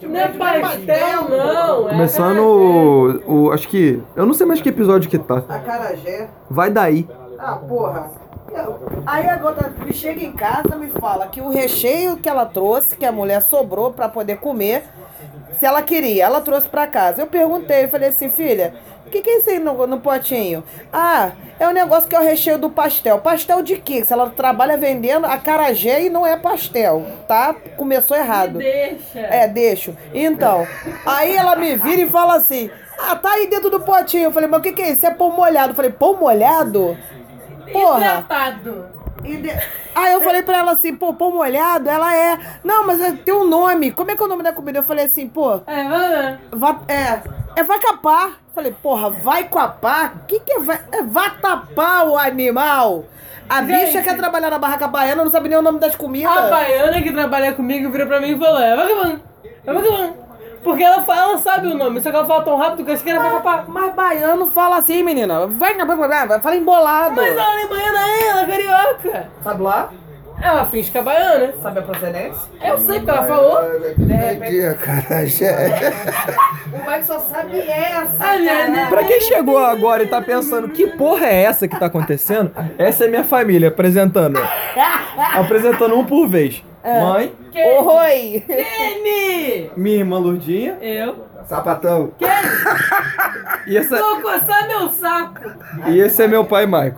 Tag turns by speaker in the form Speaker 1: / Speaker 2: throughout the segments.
Speaker 1: Não é pastel, não. É
Speaker 2: Começando
Speaker 1: acarajé.
Speaker 2: o, o- Acho que. Eu não sei mais que episódio que tá.
Speaker 3: Acarajé.
Speaker 2: Vai daí.
Speaker 3: Ah, porra. Eu- Aí agora me chega em casa me fala que o recheio que ela trouxe, que a mulher sobrou pra poder comer, se ela queria, ela trouxe pra casa. Eu perguntei, eu falei assim, filha, o que, que é isso aí no, no potinho? Ah, é um negócio que é o recheio do pastel. Pastel de quê? Se ela trabalha vendendo acarajé e não é pastel, tá? Começou errado.
Speaker 1: Deixa.
Speaker 3: É, deixo. Então, aí ela me vira e fala assim: Ah, tá aí dentro do potinho. Eu falei, mas o que, que é isso? É pão molhado. Eu falei, pão molhado? Porra!
Speaker 1: Hidratado.
Speaker 3: Aí eu falei pra ela assim, pô, pão molhado, ela é. Não, mas é- tem um nome. Como é que é o nome da comida? Eu falei assim, pô,
Speaker 1: É, vamos
Speaker 3: va- é. É vai capar. Eu Falei, porra, vai capar? O que, que é vai. É vai tapar o animal! A
Speaker 1: Gente.
Speaker 3: bicha quer trabalhar na barraca baiana, não sabe nem o nome das comidas.
Speaker 1: A baiana que trabalha comigo virou pra mim e falou: é vagabundo, é vagabundo. Porque ela, fala, ela sabe o nome, só que ela fala tão rápido que eu acho que era
Speaker 3: Mas-
Speaker 1: vagapá.
Speaker 3: Mas baiano fala assim, menina. Vai, vai, vai, vai, fala embolado.
Speaker 1: Mas ela não é baiana, ela é carioca.
Speaker 3: Sabe lá?
Speaker 1: Ela finge que é baiana.
Speaker 3: Sabe a procedência?
Speaker 1: Eu sei o que ela falou.
Speaker 4: Dia, acarajé.
Speaker 3: O Mike só sabe essa.
Speaker 1: Ah, né, né?
Speaker 2: Pra quem chegou agora e tá pensando que porra é essa que tá acontecendo, essa é minha família apresentando. Apresentando um por vez. Mãe,
Speaker 3: Oi!
Speaker 1: Kenny!
Speaker 2: minha irmã Lurdinha
Speaker 1: Eu.
Speaker 4: Sapatão.
Speaker 2: e, essa,
Speaker 1: Vou coçar meu saco.
Speaker 2: e esse é meu pai, Michael.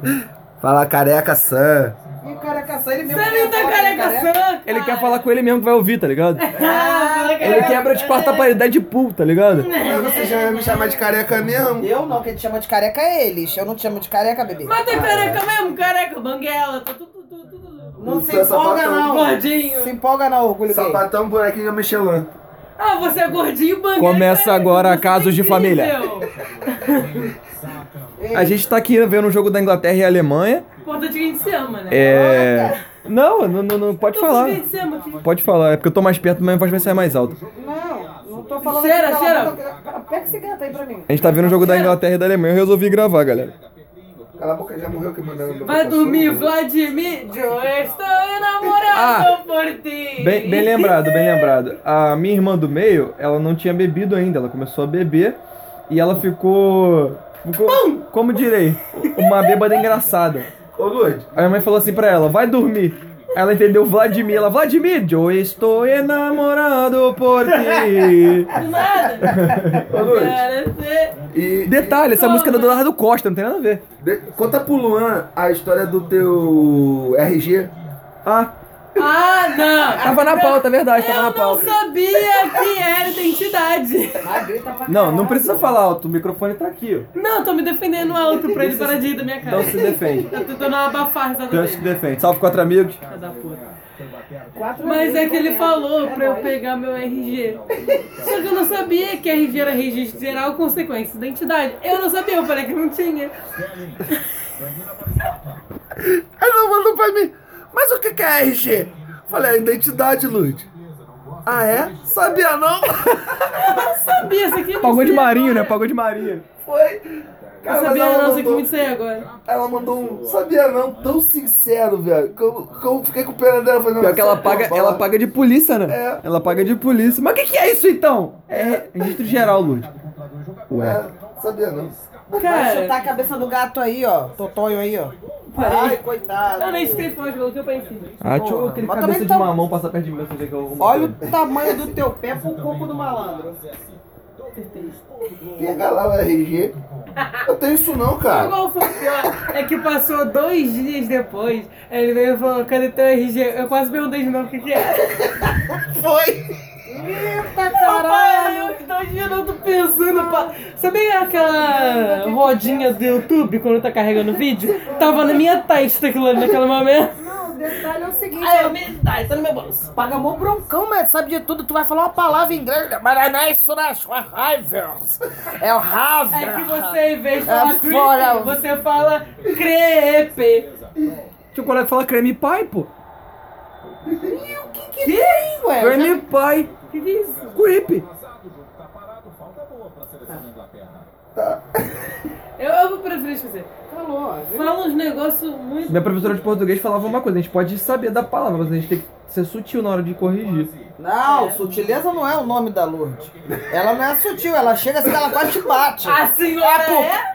Speaker 4: Fala careca Sam.
Speaker 3: E o carecação, ele mesmo.
Speaker 1: Você não tá careca sã,
Speaker 2: Ele
Speaker 1: cara.
Speaker 2: quer falar com ele mesmo que vai ouvir, tá ligado?
Speaker 1: Ah, ele
Speaker 2: Ele quebra de quarta parede Deadpool, tá ligado?
Speaker 4: Mas você já ia me chamar de careca mesmo?
Speaker 3: Eu não, quem te chama de careca é eles. Eu não te chamo de careca, bebê.
Speaker 1: Mas tá careca mesmo, careca, banguela, tá tudo, tudo, tudo.
Speaker 3: Não se
Speaker 4: Isso é
Speaker 3: empolga,
Speaker 4: sapatão.
Speaker 3: não.
Speaker 1: Gordinho.
Speaker 3: Se empolga, não, orgulho gay.
Speaker 4: Sapatão, buraquinho da Michelin.
Speaker 1: Ah, você é gordinho, banguela.
Speaker 2: Começa
Speaker 1: careca,
Speaker 2: agora
Speaker 1: você
Speaker 2: Casos de
Speaker 1: é incrível.
Speaker 2: A gente tá aqui vendo um jogo da Inglaterra e Alemanha.
Speaker 1: O Importante é que a gente se ama, né?
Speaker 2: É. Não, não, não, não, pode
Speaker 1: Todo
Speaker 2: falar.
Speaker 1: mundo que a gente se ama aqui.
Speaker 2: Pode falar, é porque eu tô mais perto, minha voz vai sair mais alta.
Speaker 3: Não, não tô falando.
Speaker 1: Cheira,
Speaker 3: que-
Speaker 1: cheira.
Speaker 3: Pega esse gato aí pra mim.
Speaker 2: A gente tá vendo o jogo da Inglaterra e da Alemanha, eu resolvi gravar, galera.
Speaker 4: Cala a boca, já morreu que mandaram.
Speaker 1: Vai dormir, Vladimir. Eu estou enamorado
Speaker 2: Ah,
Speaker 1: por ti.
Speaker 2: Bem, bem lembrado, bem lembrado. A minha irmã do meio, ela não tinha bebido ainda, ela começou a beber e ela ficou. ficou como direi? Uma bêbada engraçada.
Speaker 4: Ô, Lud.
Speaker 2: Aí a mãe falou assim pra ela, vai dormir. Ela entendeu Vladimir, ela, Vladimir, eu estou enamorado por ti.
Speaker 1: Do nada.
Speaker 4: Ô, Lud.
Speaker 1: Cara, você-
Speaker 4: E
Speaker 2: Detalhe, essa
Speaker 1: Como?
Speaker 2: música é do Leonardo Costa, não tem nada a ver.
Speaker 4: de- conta pro Luan a história do teu RG.
Speaker 2: Ah,
Speaker 1: Ah, não.
Speaker 2: tava na pauta, é verdade, tava
Speaker 1: Eu
Speaker 2: na
Speaker 1: não
Speaker 2: pauta.
Speaker 1: sabia que era identidade.
Speaker 2: Não, não precisa falar alto, o microfone tá aqui, ó.
Speaker 1: Não, tô me defendendo alto pra ele parar de rir da minha cara. Tá
Speaker 2: Então se defende.
Speaker 1: Eu tô dando uma abafada
Speaker 2: Então se
Speaker 1: dele.
Speaker 2: defende. Salve quatro amigos.
Speaker 1: Filha da puta. Mas é que ele falou pra eu pegar meu RG. Só que eu não sabia que RG era registro geral, consequência, identidade. Eu não sabia, eu falei que não tinha.
Speaker 4: Aí ela mandou pra mim, mas o que que é RG? Falei, é identidade, Lud. Ah, é? Sabia não?
Speaker 1: Sabia, isso aqui é
Speaker 2: Pagou de
Speaker 1: mentira.
Speaker 2: marinho, né? Pagou de marinho.
Speaker 4: Foi.
Speaker 1: Eu
Speaker 4: Cara, mas
Speaker 1: sabia
Speaker 4: ela
Speaker 1: não, sei que
Speaker 4: mandou-
Speaker 1: muito sei agora.
Speaker 4: Ela mandou um sabia não tão sincero, velho. Que eu, que eu fiquei com pena dela. Falei, não,
Speaker 2: Pior que ela
Speaker 4: essa
Speaker 2: paga,
Speaker 4: porra,
Speaker 2: ela paga de polícia, né?
Speaker 4: É.
Speaker 2: Ela paga de polícia. Mas o que, que é isso então? É registro geral, Lud. Ué.
Speaker 4: É, sabia não.
Speaker 3: Vai
Speaker 1: Cara,
Speaker 3: chutar a cabeça do gato aí, ó. Totonho aí, ó.
Speaker 1: parei.
Speaker 3: Ai, coitado.
Speaker 1: Eu nem sei pode, coloquei pra em cima.
Speaker 2: Ah, deixa eu
Speaker 3: Porra,
Speaker 2: aquele
Speaker 3: mas
Speaker 2: cabeça
Speaker 3: também
Speaker 2: de
Speaker 3: tá-
Speaker 2: mamão passar perto de mim, você vê que eu vou
Speaker 3: Olha o tamanho do teu pé pro coco do malandro.
Speaker 4: Pega lá o RG. Eu tenho isso não,
Speaker 3: Ah.
Speaker 1: Sabe
Speaker 4: cara.
Speaker 1: Qual foi o pior? É que passou dois dias depois, aí ele veio e falou, cadê teu RG? Eu quase perguntei de novo o que que é.
Speaker 4: Foi.
Speaker 3: Eita,
Speaker 1: Caralho,
Speaker 3: caralho.
Speaker 1: eu dois dias eu tô pensando. Pra... Sabe aquela rodinha do YouTube quando tá carregando o vídeo? Tava na minha testa aquilo ali naquele momento.
Speaker 3: Não, o detalhe é o seguinte.
Speaker 1: Aí eu me tá, tá no meu bolso.
Speaker 3: Paga mó broncão, mas sabe de tudo. Tu vai falar uma palavra em inglês. Mas não é isso, né? É Ravens. É o Ravens.
Speaker 1: É que você, em vez de falar
Speaker 3: É fora.
Speaker 1: creepy, você fala crepe.
Speaker 2: Deixa eu um colega fala creme pie, pô.
Speaker 3: que tem, ué?
Speaker 2: Creme pie.
Speaker 1: Que que é isso?
Speaker 2: Creepy.
Speaker 1: Eu, eu vou preferir esquecer.
Speaker 3: Falou, ó.
Speaker 1: Fala uns negócios muito.
Speaker 2: Minha professora de português falava uma coisa, a gente pode saber da palavra, mas a gente tem que ser sutil na hora de corrigir.
Speaker 3: Não, sutileza não é o nome da Lourdes. Ela não é sutil, ela chega assim, ela quase te bate.
Speaker 1: A senhora
Speaker 3: É, pô.
Speaker 1: é?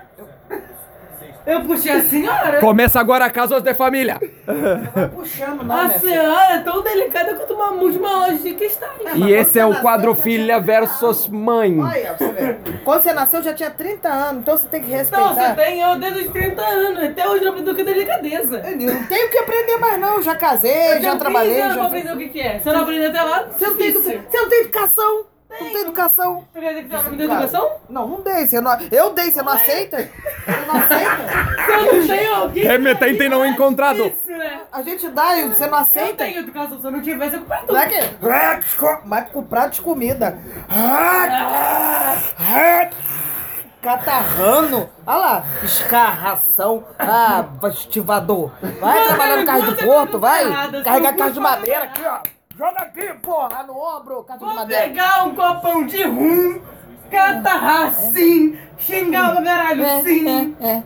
Speaker 1: Eu puxei a senhora?
Speaker 5: Começa agora a Casos de Família.
Speaker 3: Não vai puxando, não,
Speaker 1: A
Speaker 3: minha filha.
Speaker 1: senhora é tão delicada quanto uma mão de uma loja de cristais.
Speaker 5: E esse é o quadro Filha versus Mãe.
Speaker 3: Olha, você vê. Quando você nasceu, já tinha 30 anos, então você tem que
Speaker 1: Então, você
Speaker 3: respeitar.
Speaker 1: tem eu desde os 30 anos. Até hoje não aprendi o que é delicadeza. Então,
Speaker 3: Eu não tenho o que aprender mais, não. Já casei, já trabalhei.
Speaker 1: Eu
Speaker 3: Já...
Speaker 1: não aprendi o que que é. Se eu não aprendi até lá,
Speaker 3: Você, não tem educa-
Speaker 1: difícil.
Speaker 3: você não tem educação. Não tem educação.
Speaker 1: Você quer dizer que você não me deu educação?
Speaker 3: Não, não dei. Você não... Eu dei, você não aceita? Você não aceita?
Speaker 1: Se eu não tenho, o que
Speaker 3: É,
Speaker 5: Remetente não encontrado.
Speaker 1: Isso, né?
Speaker 3: A gente dá e você não
Speaker 1: Eu
Speaker 3: aceita?
Speaker 1: tenho educação, se eu não tivesse, eu comprei
Speaker 3: Não
Speaker 1: tudo.
Speaker 3: é que. Mas com prato de comida. Catarrano. Olha lá. Escarração. Ah, estivador. Vai
Speaker 1: Não,
Speaker 3: trabalhar no
Speaker 1: não,
Speaker 3: carro
Speaker 1: você
Speaker 3: do porto,
Speaker 1: não
Speaker 3: vai.
Speaker 1: tá errado,
Speaker 3: Carregar
Speaker 1: você
Speaker 3: carro de
Speaker 1: não tá
Speaker 3: madeira aqui, ó. Joga aqui, porra, no ombro, carro de
Speaker 1: Vou
Speaker 3: madeira.
Speaker 1: pegar um copão de rum, catarrar sim, xingar pra caralho sim.
Speaker 3: É, é,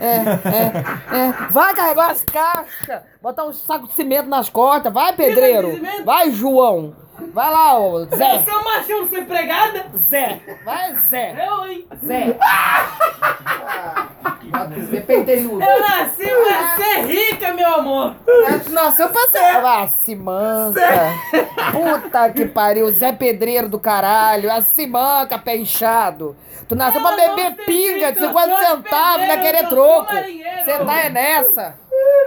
Speaker 3: é, é, é. Vai carregar as caixas, botar um saco de cimento nas costas. Vai, pedreiro.
Speaker 1: de cimento?
Speaker 3: Vai, João. Vai lá, ô,
Speaker 1: Eu
Speaker 3: Zé.
Speaker 1: sou é machão, não sou empregada.
Speaker 3: Zé. Vai, Zé.
Speaker 1: Eu, hein?
Speaker 3: Zé.
Speaker 1: Eu nasci pra ser rica, meu amor.
Speaker 3: Nasceu pra Zé. Ah, Simanca. Puta que pariu. Zé Pedreiro do caralho. A Simanca, pé inchado. Tu nasceu pra
Speaker 1: Eu não
Speaker 3: beber
Speaker 1: sei
Speaker 3: pinga de
Speaker 1: se eu
Speaker 3: 50
Speaker 1: sou
Speaker 3: centavos, não
Speaker 1: pedreiro, eu
Speaker 3: querer
Speaker 1: sou
Speaker 3: troco.
Speaker 1: marinheiro.
Speaker 3: Você tá é nessa?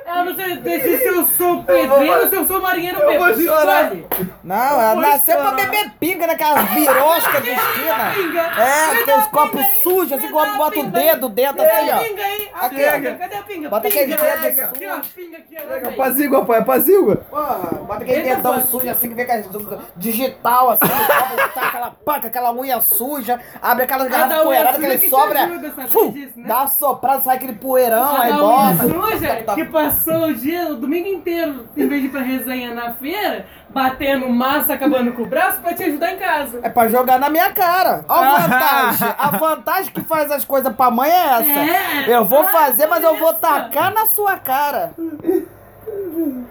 Speaker 1: Eu não sei se se eu sou pedreiro ou se eu sou marinheiro mesmo.
Speaker 2: vou chorar.
Speaker 1: Escolhe.
Speaker 3: Não, ela nasceu pra beber pinga naquelas biroscas de
Speaker 1: Pinga.
Speaker 3: esquina. É, aqueles copos sujos, assim, como bota o dedo dentro,
Speaker 1: Cadê
Speaker 3: assim,
Speaker 1: a
Speaker 3: ó.
Speaker 1: pinga aí? A
Speaker 3: Aqui, ó.
Speaker 1: pinga, cadê a pinga?
Speaker 3: Bota aquele
Speaker 1: Pinga.
Speaker 3: dedo
Speaker 1: Aqui, ó, a pinga aqui, ó.
Speaker 2: É
Speaker 1: Olha aí.
Speaker 2: Apazigua, pai, apazigua.
Speaker 3: Porra, bota aquele
Speaker 1: Eita,
Speaker 3: dedão
Speaker 1: pô.
Speaker 3: sujo assim, que vem com as do- digital assim, sobe, tá aquela panca, aquela unha suja, abre aquela garrafa
Speaker 1: unha
Speaker 3: poeirada,
Speaker 1: suja
Speaker 3: aquele
Speaker 1: um que te
Speaker 3: sobra,
Speaker 1: ajuda, sabe
Speaker 3: fum,
Speaker 1: disso, né?
Speaker 3: dá uma soprada, sai aquele
Speaker 2: Ah,
Speaker 3: poeirão,
Speaker 2: é
Speaker 3: aí
Speaker 1: Cada um uma
Speaker 3: bota.
Speaker 2: Tá,
Speaker 1: suja que passou o dia, o domingo inteiro, em vez de ir pra resenha na feira, batendo massa, acabando com o braço, pra te ajudar em casa.
Speaker 3: É pra jogar na minha cara. Ó a vantagem. A vantagem que faz as coisas pra mãe é essa.
Speaker 1: É.
Speaker 3: Eu vou
Speaker 1: Ah,
Speaker 3: fazer, mas eu vou
Speaker 1: essa.
Speaker 3: tacar na sua cara.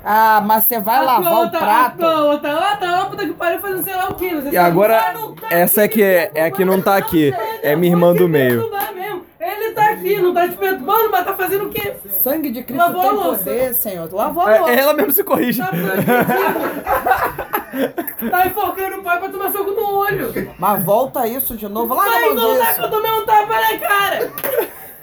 Speaker 3: Ah, mas você vai lavar o
Speaker 1: outra, A tua
Speaker 3: prato.
Speaker 1: outra, a outra, a puta que pariu fazendo sei lá o que. Você
Speaker 2: E agora, essa é que é, é a que não tá aqui. É minha irmã do meio.
Speaker 1: Ele tá aqui, não tá te perturbando, mas tá fazendo o quê?
Speaker 3: Sangue de Cristo
Speaker 1: Lavou a
Speaker 3: tem
Speaker 1: louça.
Speaker 3: poder, Senhor. Lavou a louça.
Speaker 2: É, Ela mesmo se corrige.
Speaker 1: Tá proibido. Tá enforcando o pai pra tomar soco no olho.
Speaker 3: Mas volta isso de novo. Lá
Speaker 1: Vai
Speaker 3: na mão
Speaker 1: voltar que
Speaker 3: disso.
Speaker 1: eu tomei um tapa na cara.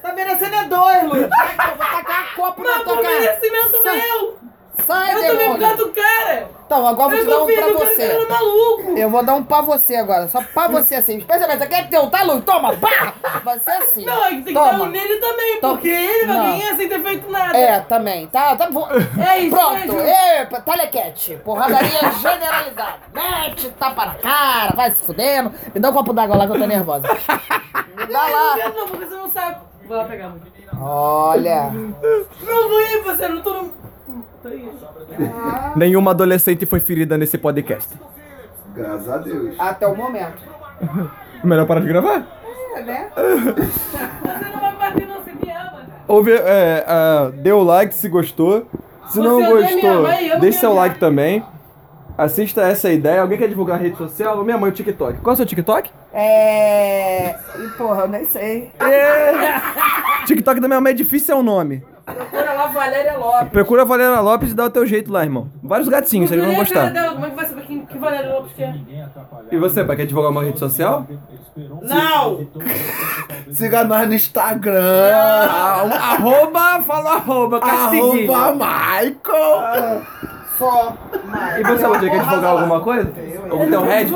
Speaker 3: Tá merecendo é dois, Luiz. Vai que Eu vou tacar copo na
Speaker 1: Mas
Speaker 3: tua
Speaker 1: por
Speaker 3: cara.
Speaker 1: merecimento
Speaker 3: Sai.
Speaker 1: meu.
Speaker 3: Sai,
Speaker 1: Eu tomei por causa
Speaker 3: demônio.
Speaker 1: do cara.
Speaker 3: Então, agora eu
Speaker 1: Eu
Speaker 3: vou te dar
Speaker 1: confio
Speaker 3: um
Speaker 1: no
Speaker 3: pra
Speaker 1: cara que era
Speaker 3: você.
Speaker 1: maluco.
Speaker 3: Eu vou dar um pra você agora, só pra você assim. Pensa bem, você quer teu, tá, Lu? Toma, pá! Vai ser assim.
Speaker 1: Não, é que tem que dar um
Speaker 3: Toma.
Speaker 1: nele também,
Speaker 3: Toma.
Speaker 1: porque ele vai
Speaker 3: Não.
Speaker 1: ganhar sem ter feito nada.
Speaker 3: É, também, tá? Tá bom.
Speaker 1: É isso, é
Speaker 3: Pronto.
Speaker 1: justo.
Speaker 3: Epa, telequete. Porradaria generalizada. Mete, tapa na cara, vai se fudendo. Me dá um copo d'água lá que eu tô nervosa. Me dá lá.
Speaker 1: Eu Não, porque você é um não sabe. Vou lá pegar. mãe.
Speaker 3: Olha.
Speaker 1: Não vou ir, você não tô no... Tô indo. Ah.
Speaker 5: Nenhuma adolescente foi ferida nesse podcast.
Speaker 4: Graças a Deus.
Speaker 3: Até o momento.
Speaker 2: Melhor parar de gravar.
Speaker 3: É, né?
Speaker 1: Você não vai me bater não, você me ama.
Speaker 2: Ouve, é, ah, dê o like se gostou. Se não
Speaker 1: Você odeia minha
Speaker 2: gostou,
Speaker 1: mãe, eu não quero
Speaker 2: deixe seu
Speaker 1: minha-
Speaker 2: like também. Assista essa ideia. Alguém quer divulgar a rede social? Minha mãe, o TikTok. Qual é o seu TikTok?
Speaker 3: É. E porra, eu nem sei.
Speaker 2: TikTok da minha mãe é difícil é o nome.
Speaker 3: Procura lá Valéria Lopes.
Speaker 2: Procura a Valera Lopes e dá o teu jeito lá, irmão. Vários gatinhos, vocês vão
Speaker 1: Não tem a cara
Speaker 2: gostar.
Speaker 1: dela, Como é que vai saber quem, que Valério Lopes que é?
Speaker 2: E você, pai, quer divulgar uma rede social?
Speaker 3: Não!
Speaker 4: Siga nós no Instagram.
Speaker 2: Ah, um- arroba, fala arroba, castiguinho.
Speaker 4: Arroba Michael.
Speaker 3: Só.
Speaker 2: E você, Rodrigo, quer divulgar alguma coisa? Algum teu Reddit?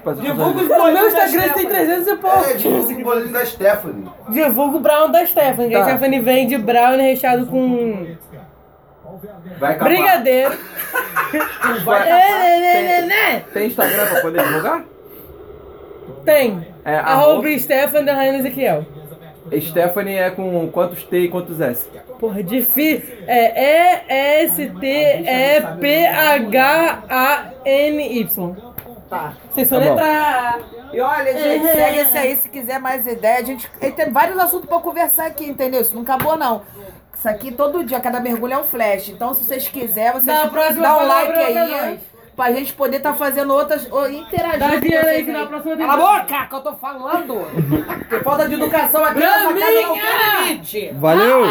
Speaker 2: Tipo,
Speaker 1: Divulga os bolinhos da Grace tem 300 e pouco.
Speaker 4: o bolinho é da Stephanie.
Speaker 1: Divulga o brown da Stephanie. que
Speaker 2: Tá.
Speaker 1: A Stephanie vende brownie recheado com
Speaker 2: Vai acabar.
Speaker 1: brigadeiro.
Speaker 2: Vai
Speaker 1: É,
Speaker 2: acabar.
Speaker 1: né, né, né, né?
Speaker 2: Tem Instagram pra poder divulgar?
Speaker 1: Tem.
Speaker 2: É,
Speaker 1: Arroba
Speaker 2: arroba-
Speaker 1: Stefan da Rainha Ezequiel.
Speaker 2: Stephanie é com quantos T e quantos S?
Speaker 1: Porra, difícil. É E-S-T-E-P-H-A-N-Y.
Speaker 3: Tá.
Speaker 1: Vocês
Speaker 2: Tá bom.
Speaker 1: letra
Speaker 3: E olha, gente,
Speaker 1: É.
Speaker 3: segue esse aí se quiser mais ideia. A gente e tem vários assuntos pra conversar aqui, entendeu? Isso não acabou, não. Isso aqui todo dia, cada mergulho é um flash. Então, se vocês quiserem, vocês
Speaker 1: Na próxima
Speaker 3: dá um
Speaker 1: palavra
Speaker 3: like
Speaker 1: pra
Speaker 3: aí.
Speaker 1: nós.
Speaker 3: pra gente poder estar fazendo outras. ou Interagindo.
Speaker 1: Dá
Speaker 3: com
Speaker 1: dinheiro
Speaker 3: vocês
Speaker 1: aí que na próxima tem
Speaker 3: Tá Cala a
Speaker 1: mais.
Speaker 3: boca que eu tô falando! Tem falta de educação aqui, nessa casa não tem
Speaker 1: Braminha!
Speaker 3: limite!
Speaker 2: Valeu!